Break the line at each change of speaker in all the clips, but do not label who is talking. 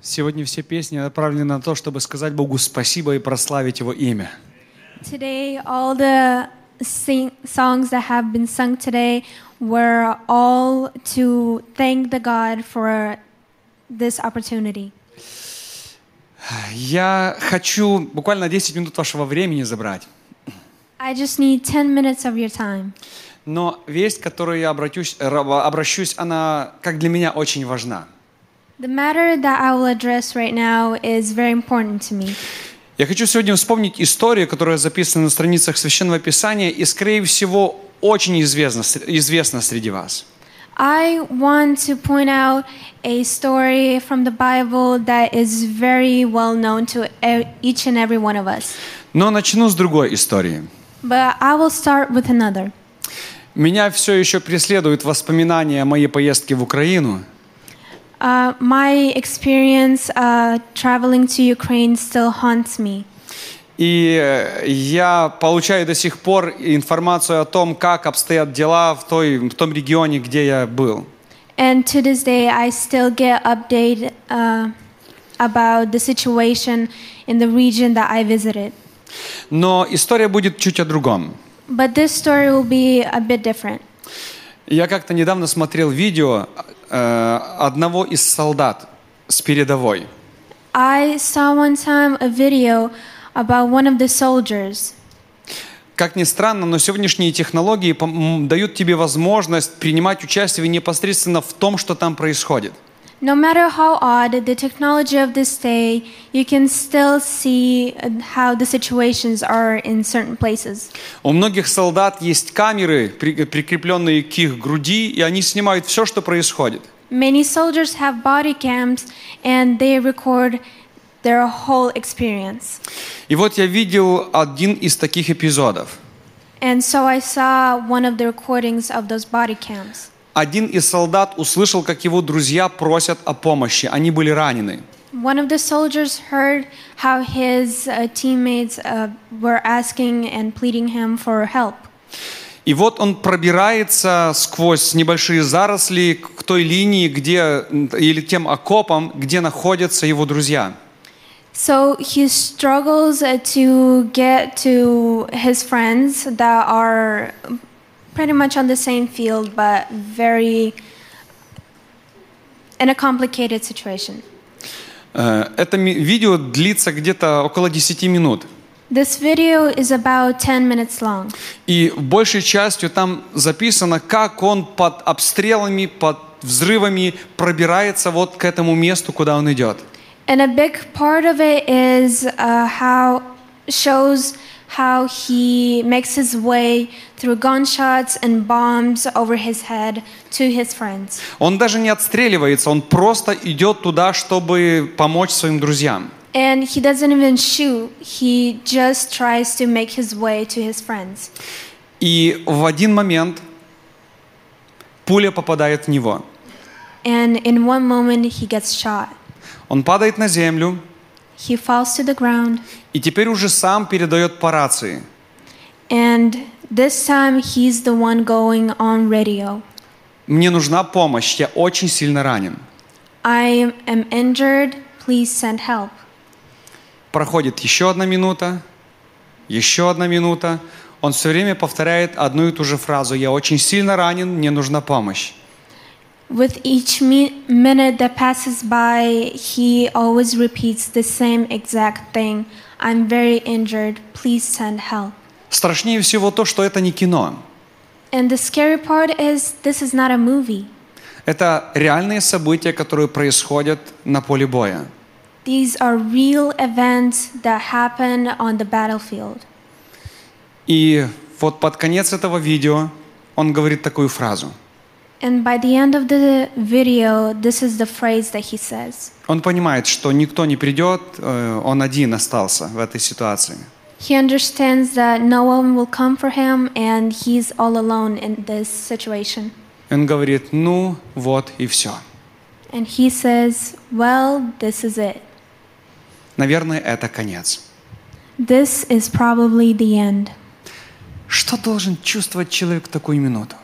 Сегодня все песни направлены на то, чтобы сказать Богу спасибо и прославить Его имя.
Today, all the sing- songs that have been sung today were all to thank the God for this opportunity.
Я хочу буквально 10 минут вашего времени забрать.
I just need 10 minutes of your time.
Но весть, к которой я обратюсь, ра- обращусь, она, как для меня, очень важна.
The matter that I will address right now is very important to me.
Я хочу сегодня вспомнить историю, которая записана на страницах Священного Писания и, скорее всего, очень известна, с- известна среди вас.
I want to point out a story from the Bible that is very well known to e- each and every one of us.
Но начну с другой истории.
But I will start with another.
Меня все еще преследуют воспоминания о моей поездке в Украину.
Uh, my experience uh, traveling to Ukraine still haunts me.
И э, я получаю до сих пор информацию о том, как обстоят дела в, той, в том регионе, где я был.
And to this day, I still get updated uh, about the situation in the region that I visited.
Но история будет чуть о другом.
But this story will be a bit different.
Я как-то недавно смотрел видео э, одного из солдат с передовой.
I saw one time a video about one of the soldiers.
Как ни странно, но сегодняшние технологии пом- м, дают тебе возможность принимать участие непосредственно в том, что там происходит.
No matter how odd the technology of this day, you can still see uh, how the situations are in certain places.
У многих солдат есть камеры, при- прикрепленные к их груди, и они снимают все, что происходит.
Many soldiers have body cams and they record their whole experience.
И вот я видел один из таких эпизодов.
And so I saw one of the recordings of those body cams.
Один из солдат услышал, как его друзья просят о помощи. Они были ранены.
One of the soldiers heard how his uh, teammates uh, were asking and pleading him for help.
И вот он пробирается сквозь небольшие заросли к той линии, где или тем окопам, где находятся его друзья.
So he struggles uh, to get to his friends that are pretty much on the same field but very in a complicated situation.
Э, Это ми- видео длится где-то около 10 минут.
This video is about 10 minutes long,
И большей частью там записано, как он под обстрелами, под взрывами пробирается вот к этому месту, куда он идет.
and a big part of it is uh, how shows how he makes his way through gunshots and bombs over his head to his friends.
Он даже не отстреливается, он просто идет туда, чтобы помочь своим друзьям.
And he doesn't even shoot, he just tries to make his way to his friends.
И в один момент пуля попадает в него.
And in one moment, he gets shot.
Он падает на землю
He falls to the ground,
и теперь уже сам передает по рации.
and this time he's the one going on radio.
Мне нужна помощь, я очень сильно ранен.
I am injured, please send help.
Проходит еще одна минута, еще одна минута. Он все время повторяет одну и ту же фразу. Я очень сильно ранен, мне нужна помощь.
With each mi- minute that passes by, he always repeats the same exact thing I'm very injured, please send help.
Страшнее всего то, что это не кино.
And the scary part is, this is not a movie.
Это реальные события, которые происходят на поле боя.
These are real events that happen on the battlefield.
И вот под конец этого видео он говорит такую фразу.
And by the end of the video, this is the phrase that he says.
Он понимает, что никто не придет, э, он один остался в этой ситуации.
He understands that no one will come for him and he's all alone in this situation.
И он говорит, ну вот и все.
And he says, Well, this is it.
Наверное, это конец.
This is probably the end.
Что должен чувствовать человек в такую минуту?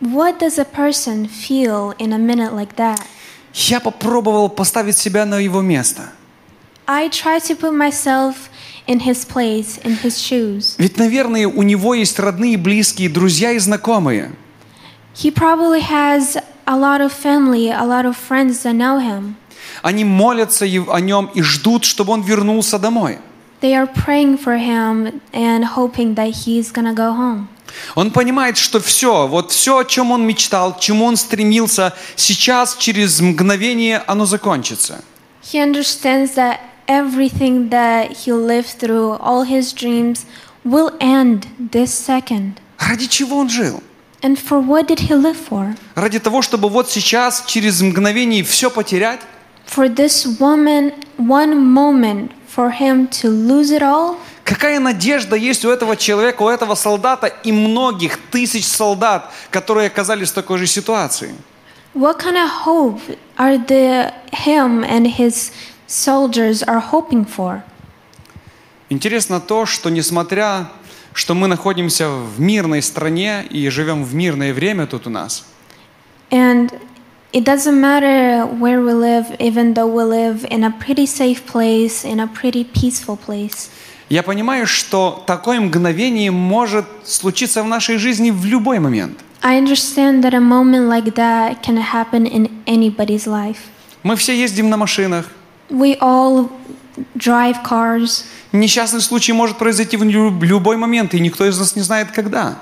What does a person feel in a minute like that?
Я попробовал поставить себя на его место.
I try to put myself in his place, in his shoes.
Ведь, наверное, у него есть родные, близкие, друзья и знакомые.
He probably has a lot of family, a lot of friends that know him.
Они молятся ев- о нем и ждут, чтобы он вернулся домой.
They are praying for him and hoping that he's gonna go home.
Он понимает, что все, вот все, о чем он мечтал, к чему он стремился, сейчас, через мгновение, оно закончится.
He understands that everything that he lived through, all his dreams, will end this second.
Ради чего он жил?
And for what did he live for?
Ради того, чтобы вот сейчас, через мгновение, все потерять?
For this woman, one moment for him to lose it all?
Какая надежда есть у этого человека, у этого солдата и многих тысяч солдат, которые оказались в такой же ситуации?
What kind of hope are the him and his soldiers are hoping for?
Интересно то, что несмотря, что мы находимся в мирной стране и живем в мирное время тут у нас,
And it doesn't matter where we live, even though we live in a pretty safe place, in a pretty peaceful place.
я понимаю, что такое мгновение может случиться в нашей жизни в любой момент.
I understand that a moment like that can happen in anybody's life.
Мы все ездим на машинах.
We all drive cars.
Несчастный случай может произойти в лю- любой момент, и никто из нас не знает, когда.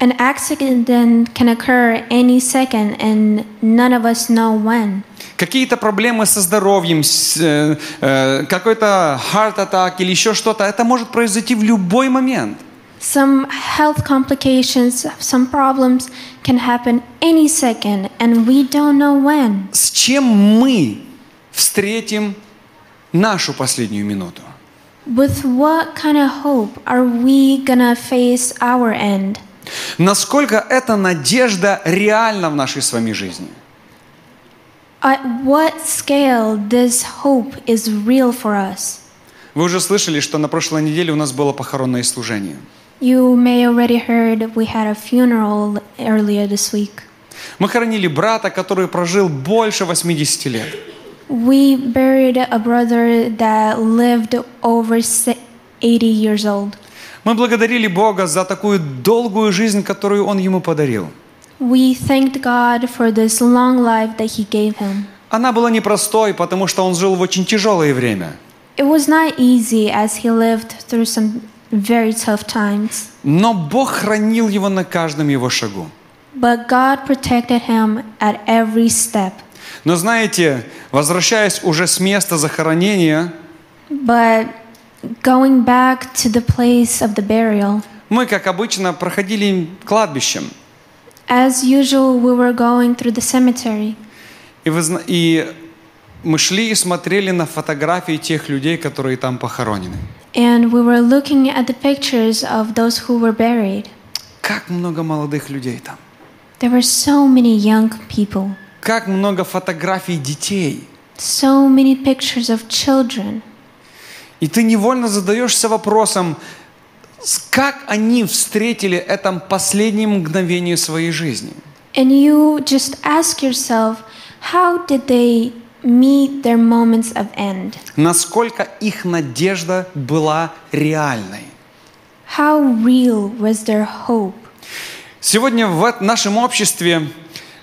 An accident can occur any second, and none of us know when.
Какие-то проблемы со здоровьем, с, э, э, какой-то heart attack или еще что-то, это может произойти в любой момент.
Some health complications, some problems can happen any second, and we don't know when.
С чем мы встретим нашу последнюю минуту?
With what kind of hope are we gonna face our end?
Насколько эта надежда реальна в нашей с вами жизни?
At what scale this hope is real for us?
Вы уже слышали, что на прошлой неделе у нас было похоронное служение.
You may already heard we had a funeral earlier this week.
Мы хоронили брата, который прожил больше 80 лет.
We buried a brother that lived over se- 80 years old.
Мы благодарили Бога за такую долгую жизнь, которую Он ему подарил.
We thanked God for this long life that He gave him.
Она была непростой, потому что он жил в очень тяжелое время.
It was not easy as he lived through some very tough times,
Но Бог хранил его на каждом его шагу.
but God protected him at every step.
Но знаете, возвращаясь уже с места захоронения,
But going back to the place of the burial,
мы, как обычно, проходили кладбищем.
as usual, we were going through the cemetery.
И, вы зна- и мы шли и смотрели на фотографии тех людей, которые там похоронены.
And we were looking at the pictures of those who were buried.
Как много молодых людей там.
There were so many young people,
Как много фотографий детей.
so many pictures of children.
И ты невольно задаешься вопросом, с- как они встретили это последнее мгновение своей жизни.
And you just ask yourself, how did they meet their moments of end?
Насколько их надежда была реальной.
How real was their hope?
Сегодня в эт- нашем обществе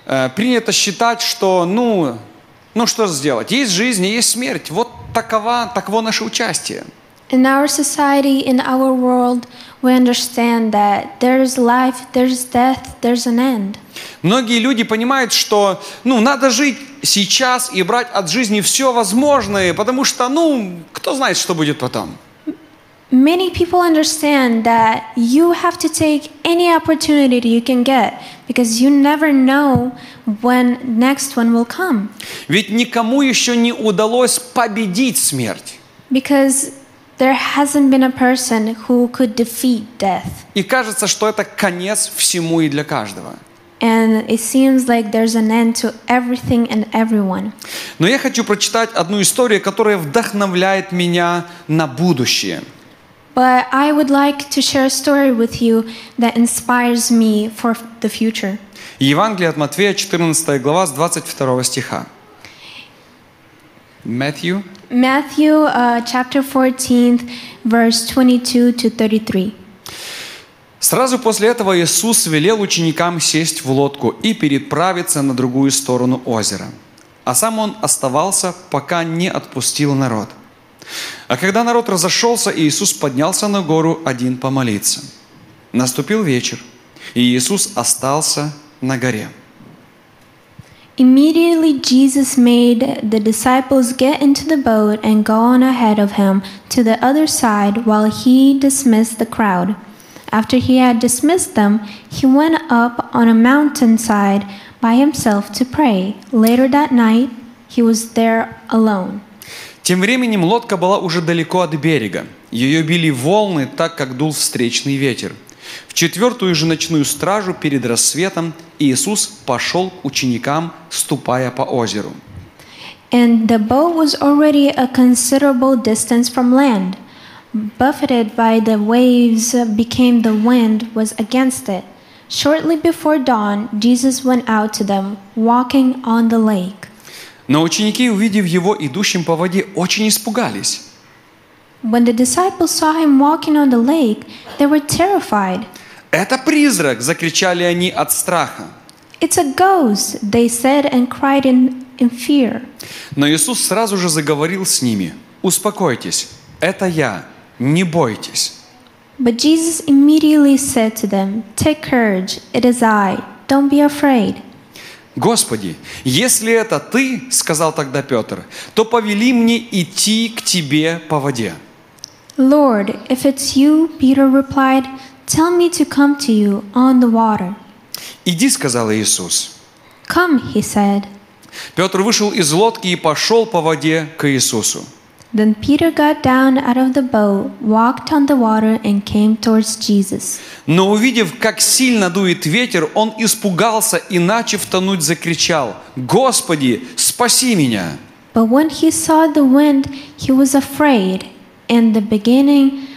э, принято считать, что ну, ну что сделать, есть жизнь и есть смерть. Вот такова, таково наше участие.
In our society, in our world, we understand that there's life, there's death, there's an end.
Многие люди понимают, что ну, надо жить сейчас и брать от жизни все возможное, потому что, ну, кто знает, что будет потом.
Many people understand that you have to take any opportunity you can get because you never know when next one will come.
Ведь никому еще не удалось победить смерть.
Because there hasn't been a person who could defeat death.
И кажется, что это конец всему и для каждого.
And it seems like there's an end to everything and everyone.
Но я хочу прочитать одну историю, которая вдохновляет меня на будущее.
But I would like to share a story with you that inspires me for the future.
Евангелие от Матфея, 14 глава, с 22 стиха. Matthew
Matthew uh, chapter 14, verse 22 to 33.
Сразу после этого Иисус велел ученикам сесть в лодку и переправиться на другую сторону озера. А сам он оставался, пока не отпустил народ. А когда народ разошелся, Иисус поднялся на гору один помолиться. Наступил вечер, и Иисус остался на горе.
Immediately Jesus made the disciples get into the boat and go on ahead of him to the other side while he dismissed the crowd. After he had dismissed them, he went up on a mountainside by himself to pray. Later that night, he was there alone.
Тем временем лодка была уже далеко от берега. Ее били волны, так как дул встречный ветер. В четвертую же ночную стражу перед рассветом Иисус пошел к ученикам, ступая по озеру.
And the boat was already a considerable distance from land. Buffeted by the waves became the wind was against it. Shortly before dawn, Jesus went out to them, walking on the lake.
Но ученики, увидев его идущим по воде, очень испугались.
When the disciples saw him walking on the lake, they were terrified.
«Это призрак!» – закричали они от страха.
It's a ghost, they said and cried in, in fear.
Но Иисус сразу же заговорил с ними. «Успокойтесь, это я, не бойтесь».
But Jesus immediately said to them, Take courage, it is I, don't be afraid.
«Господи, если это Ты, — сказал тогда Петр, — то повели мне идти к Тебе по воде».
Lord, if it's you, Peter replied, Tell me to come to you on the water.
«Иди», — сказал Иисус.
Come, he said.
Петр вышел из лодки и пошел по воде к Иисусу.
Then Peter got down out of the boat, walked on the water, and came towards Jesus.
Но увидев, как сильно дует ветер, он испугался и, начав тонуть, закричал, «Господи, спаси меня!»
But when he saw the wind, he was afraid, and the beginning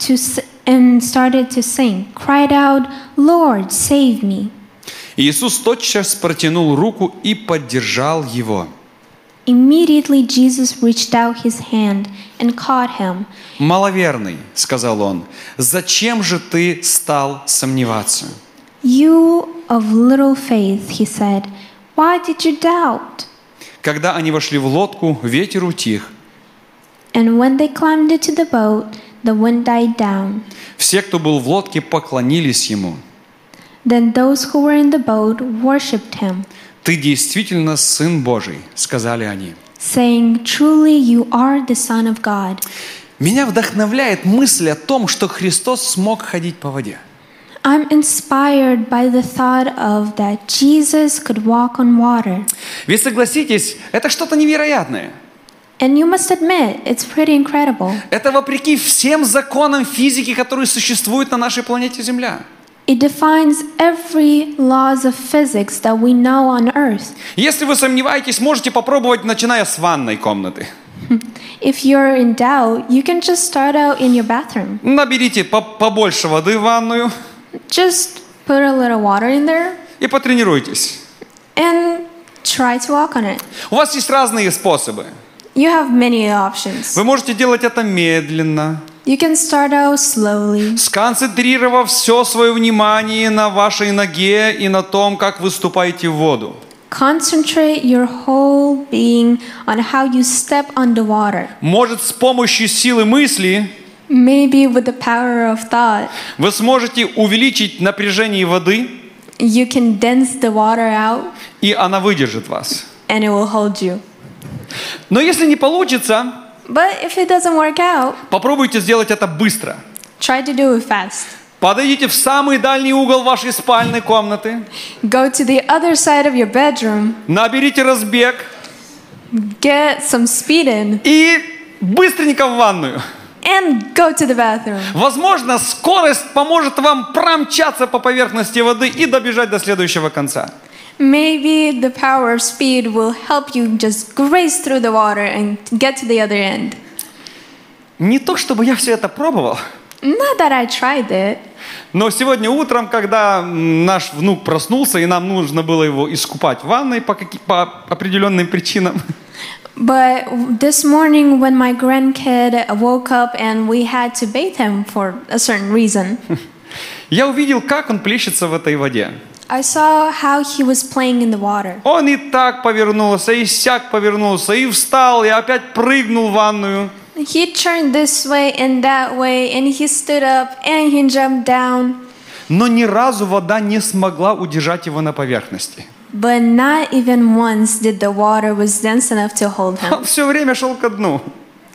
to s- and started to sink, cried out, "Lord, save me!"
Иисус тотчас протянул руку и поддержал его.
Immediately Jesus reached out his hand and caught him.
«Маловерный», — сказал он, — «зачем же ты стал сомневаться?»
"You of little faith," he said, "why did you doubt?"
Когда они вошли в лодку, ветер утих.
And when they climbed into the boat, the wind died down.
Все, кто был в лодке, поклонились ему.
Then those who were in the boat worshipped him,
«Ты действительно Сын Божий», — сказали они.
saying, Truly you are the Son of God.
Меня вдохновляет мысль о том, что Христос смог ходить по воде.
I'm inspired by the thought of that Jesus could walk on water.
Ведь согласитесь, это что-то невероятное.
And you must admit, it's pretty incredible.
Это вопреки всем законам физики, которые существуют на нашей планете Земля.
It defines every laws of physics that we know on earth.
Если вы сомневаетесь, можете попробовать, начиная с ванной комнаты.
If you're in doubt, you can just start out in your bathroom.
Наберите по- побольше воды в ванную
Just put a little water in there
и потренируйтесь.
and try to walk on it.
У вас есть разные способы.
You have many options.
Вы можете делать это медленно,
You can start out slowly,
сконцентрировав все свое внимание на вашей ноге и на том, как вы ступаете в воду.
concentrate your whole being on how you step on the water.
Может, с помощью силы мысли
Maybe with the power of thought,
вы сможете увеличить напряжение воды,
you can dense the water out
и она выдержит вас.
and it will hold you.
Но если не получится,
But if it doesn't work out,
попробуйте сделать это быстро.
try to do it fast.
Подойдите в самый дальний угол вашей спальной комнаты,
Go to the other side of your bedroom,
наберите разбег
get some speed in,
и быстренько в ванную.
and go to the bathroom.
Возможно, скорость поможет вам промчаться по поверхности воды и добежать до следующего конца.
Maybe the power of speed will help you just graze through the water and get to the other end.
Не то, чтобы я все это пробовал,
Not that I tried it,
но сегодня утром, когда м, наш внук проснулся, и нам нужно было его искупать в ванной по, каки- по определенным причинам,
But w- this morning, when my grandkid woke up and we had to bathe him for a certain reason,
Я увидел, как он плещется в этой воде.
I saw how he was playing in the water.
Он и так повернулся, и сяк повернулся, и встал, и опять прыгнул в ванную.
He turned this way and that way, and he stood up and he jumped down,
Но ни разу вода не смогла удержать его на поверхности.
but not even once did the water was dense enough to hold him.
Он все время шел ко дну.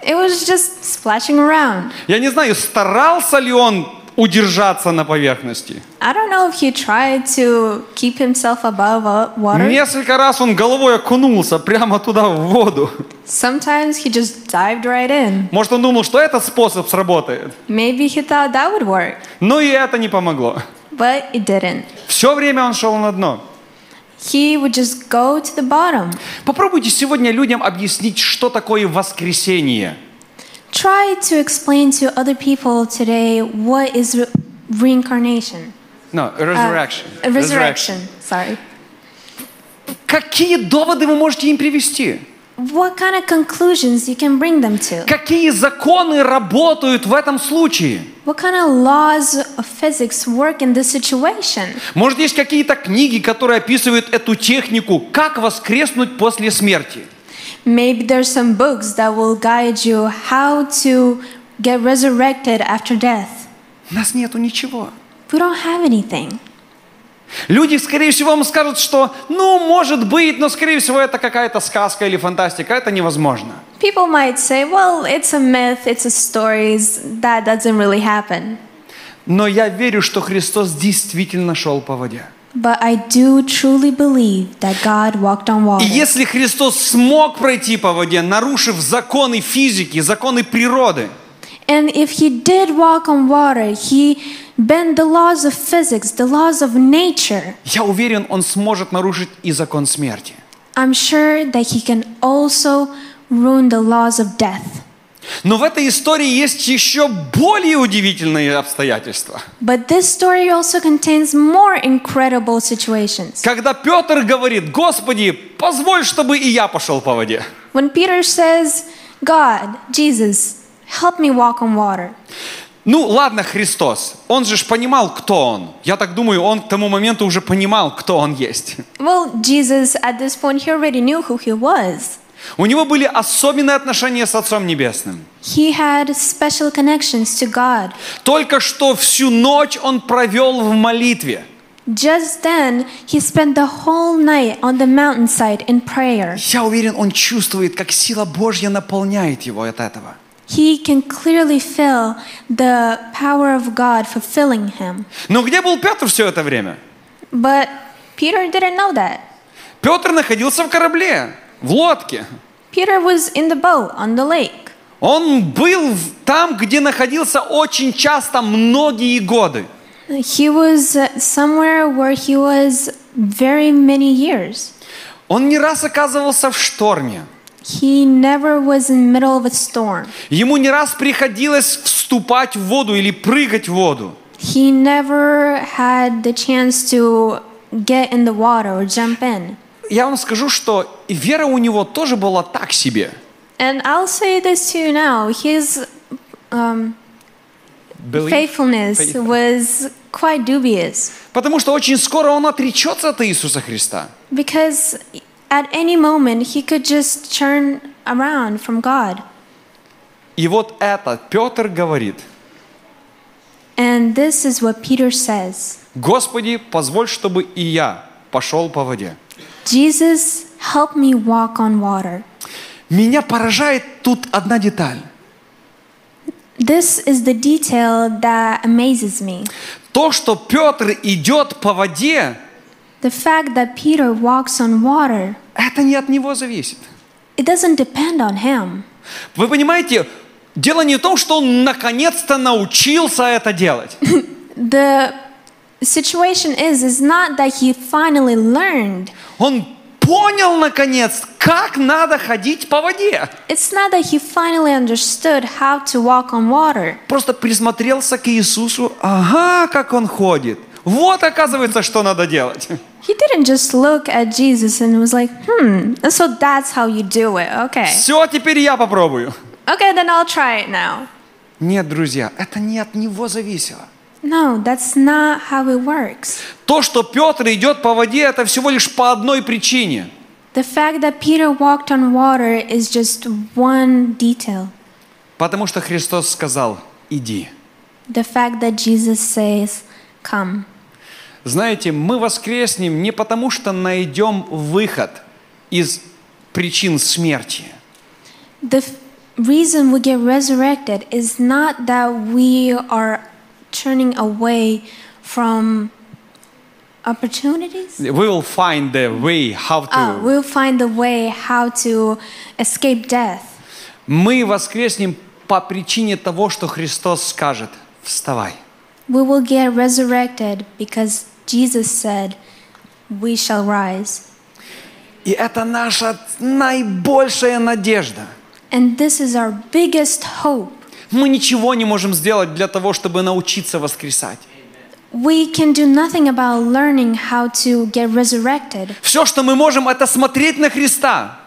It was just splashing around.
Я не знаю, старался ли он удержаться на поверхности.
I don't know if he tried to keep himself above wa- water.
Несколько раз он головой окунулся прямо туда, в воду.
Sometimes he just dived right in.
Может, он думал, что этот способ сработает.
Maybe he thought that would work,
Но и это не помогло.
but it didn't.
Все время он шел на дно.
He would just go to the bottom.
Попробуйте сегодня людям объяснить, что такое воскресение.
Try to explain to other people today what is re- reincarnation.
No,
Uh,
Ну, resurrection.
resurrection. Sorry.
Какие доводы вы можете им привести?
What kind of conclusions you can bring them to?
Какие законы работают в этом случае?
What kind of laws of physics work in this situation?
Может, есть какие-то книги, которые описывают эту технику, как воскреснуть после смерти?
Maybe there's some books that will guide you how to get resurrected after death.
У нас нету ничего.
We don't have anything.
Люди, скорее всего, вам скажут, что, ну, может быть, но, скорее всего, это какая-то сказка или фантастика, это невозможно.
People might say, well, it's a myth, it's a story, that doesn't really happen.
Но я верю, что Христос действительно шел по воде.
But I do truly believe that God walked on water.
И если Христос смог пройти по воде, нарушив законы физики, законы природы,
And if he did walk on water, he bent the laws of physics, the laws of nature.
я уверен, Он сможет нарушить и закон смерти.
I'm sure that he can also ruin the laws of death.
Но в этой истории есть еще более удивительные обстоятельства.
But this story also contains more incredible situations.
Когда Петр говорит, Господи, позволь, чтобы и я пошел по воде.
When Peter says, God, Jesus, help me walk on water.
Ну ладно, Христос, он же ж понимал, кто он. Я так думаю, он к тому моменту уже понимал, кто он есть.
Well, Jesus, at this point, he already knew who he was.
У него были особенные отношения с Отцом Небесным.
He had special connections to God.
Только что всю ночь он провел в молитве.
Just then, he spent the whole night on the mountainside in prayer.
Я уверен, он чувствует, как сила Божья наполняет его от этого.
He can clearly feel the power of God fulfilling him.
Но где был Петр все это время?
But Peter didn't know that.
Петр находился в корабле, в лодке.
Peter was in the boat on the lake.
Он был в- там, где находился очень часто многие годы.
He was uh, somewhere where he was very many years.
Он не раз оказывался в шторме.
He never was in the middle of a storm.
Ему не раз приходилось вступать в воду или прыгать в воду.
He never had the chance to get in the water or jump in.
Я вам скажу, что и вера у него тоже была так себе.
And I'll say this to you now. His um, faithfulness
Faith.
was quite dubious
Потому что очень скоро он отречется от Иисуса Христа.
because at any moment he could just turn around from God.
И вот это Петр говорит,
And this is what Peter says
«Господи, позволь, чтобы и я пошел по воде».
Jesus, help me walk on water.
Меня поражает тут одна деталь.
This is the detail that amazes me.
То, что Петр идет по воде,
The fact that Peter walks on water
это не от него зависит.
it doesn't depend on him.
Вы понимаете, дело не в том, что он наконец-то научился это делать.
The situation is is not that he finally learned.
Он понял наконец, как надо ходить по воде.
It's not that he finally understood how to walk on water.
Просто присмотрелся к Иисусу. Ага, как он ходит. Вот оказывается, что надо делать.
He didn't just look at Jesus and was like, hmm, and so that's how you do it. Okay.
Все, теперь я попробую.
Okay, then I'll try it now.
Нет, друзья, это не от него зависело.
No, that's not how it works.
То, что Петр идет по воде, это всего лишь по одной причине.
The fact that Peter walked on water is just one detail.
Потому что Христос сказал, иди.
The fact that Jesus says, Come.
Знаете, мы воскреснем не потому, что найдем выход из причин смерти.
The f- reason we get resurrected is not that we are turning away from opportunities.
We will find the way how
Uh,
to.
we'll find a way how to escape death.
Мы воскреснем по причине того, что Христос скажет, вставай.
We will get resurrected because Jesus said, We shall rise.
И это наша наибольшая надежда.
And this is our biggest hope.
Мы ничего не можем сделать для того, чтобы научиться воскресать.
We can do nothing about learning how to get resurrected.
Все, что мы можем, это смотреть на Христа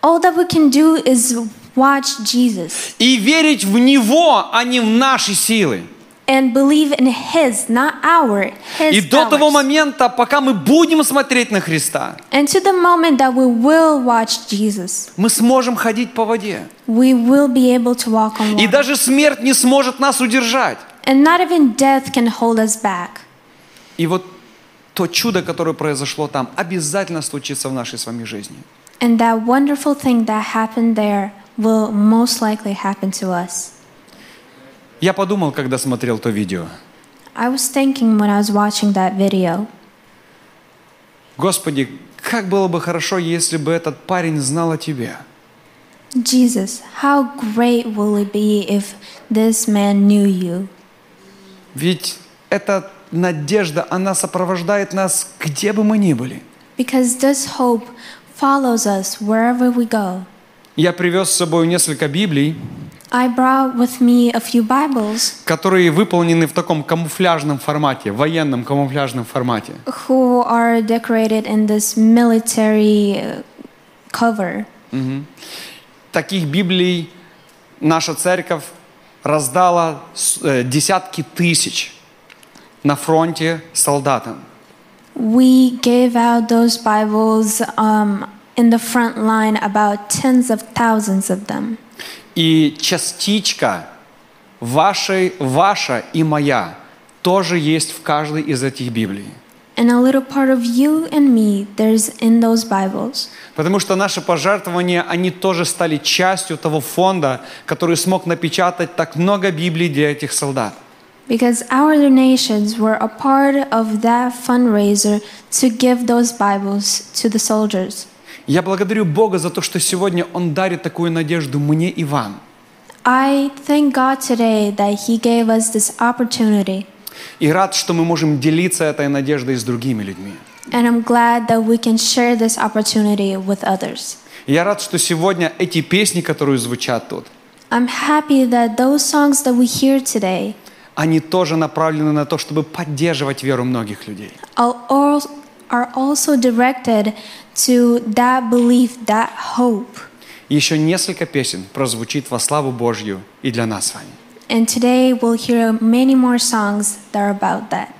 All that we can do is watch Jesus
и верить в Него, а не в наши силы.
and believe in His, not our,
И
His
до того
powers.
момента, пока мы будем смотреть на Христа,
And to the moment that we will watch Jesus,
мы сможем ходить по воде.
we will be able to walk on
И
water.
даже смерть не сможет нас удержать.
And not even death can hold us back.
И вот то чудо, которое произошло там, обязательно случится в нашей с вами жизни.
And that wonderful thing that happened there will most likely happen to us.
Я подумал, когда смотрел то видео.
I was thinking when I was watching that video,
Господи, как было бы хорошо, если бы этот парень знал о Тебе.
Jesus, how great will it be if this man knew you?
Ведь эта надежда, она сопровождает нас, где бы мы ни были.
Because this hope follows us wherever we go.
Я привез с собой несколько Библий,
I brought with me a few Bibles
которые выполнены в таком камуфляжном формате, военном камуфляжном формате.
who are decorated in this military uh, cover.
Таких Библий наша церковь раздала с- э, десятки тысяч на фронте солдатам.
We gave out those Bibles um, in the front line, about tens of thousands of them.
И частичка вашей, ваша и моя тоже есть в каждой из этих Библий.
And a little part of you and me, there's in those Bibles.
Потому что наши пожертвования, они тоже стали частью того фонда, который смог напечатать так много Библий для этих солдат.
Because our donations were a part of that fundraiser to give those Bibles to the soldiers.
Я благодарю Бога за то, что сегодня Он дарит такую надежду мне и вам.
I thank God today that He gave us this opportunity,
И рад, что мы можем делиться этой надеждой с другими людьми.
and I'm glad that we can share this opportunity with others.
И Я рад, что сегодня эти песни, которые звучат тут,
I'm happy that those songs that we hear today
они тоже направлены на то, чтобы поддерживать веру многих людей.
are, all, are also directed to that belief, that hope.
Еще несколько песен прозвучит во славу Божью и для нас с вами.
And today we'll hear many more songs that are about that.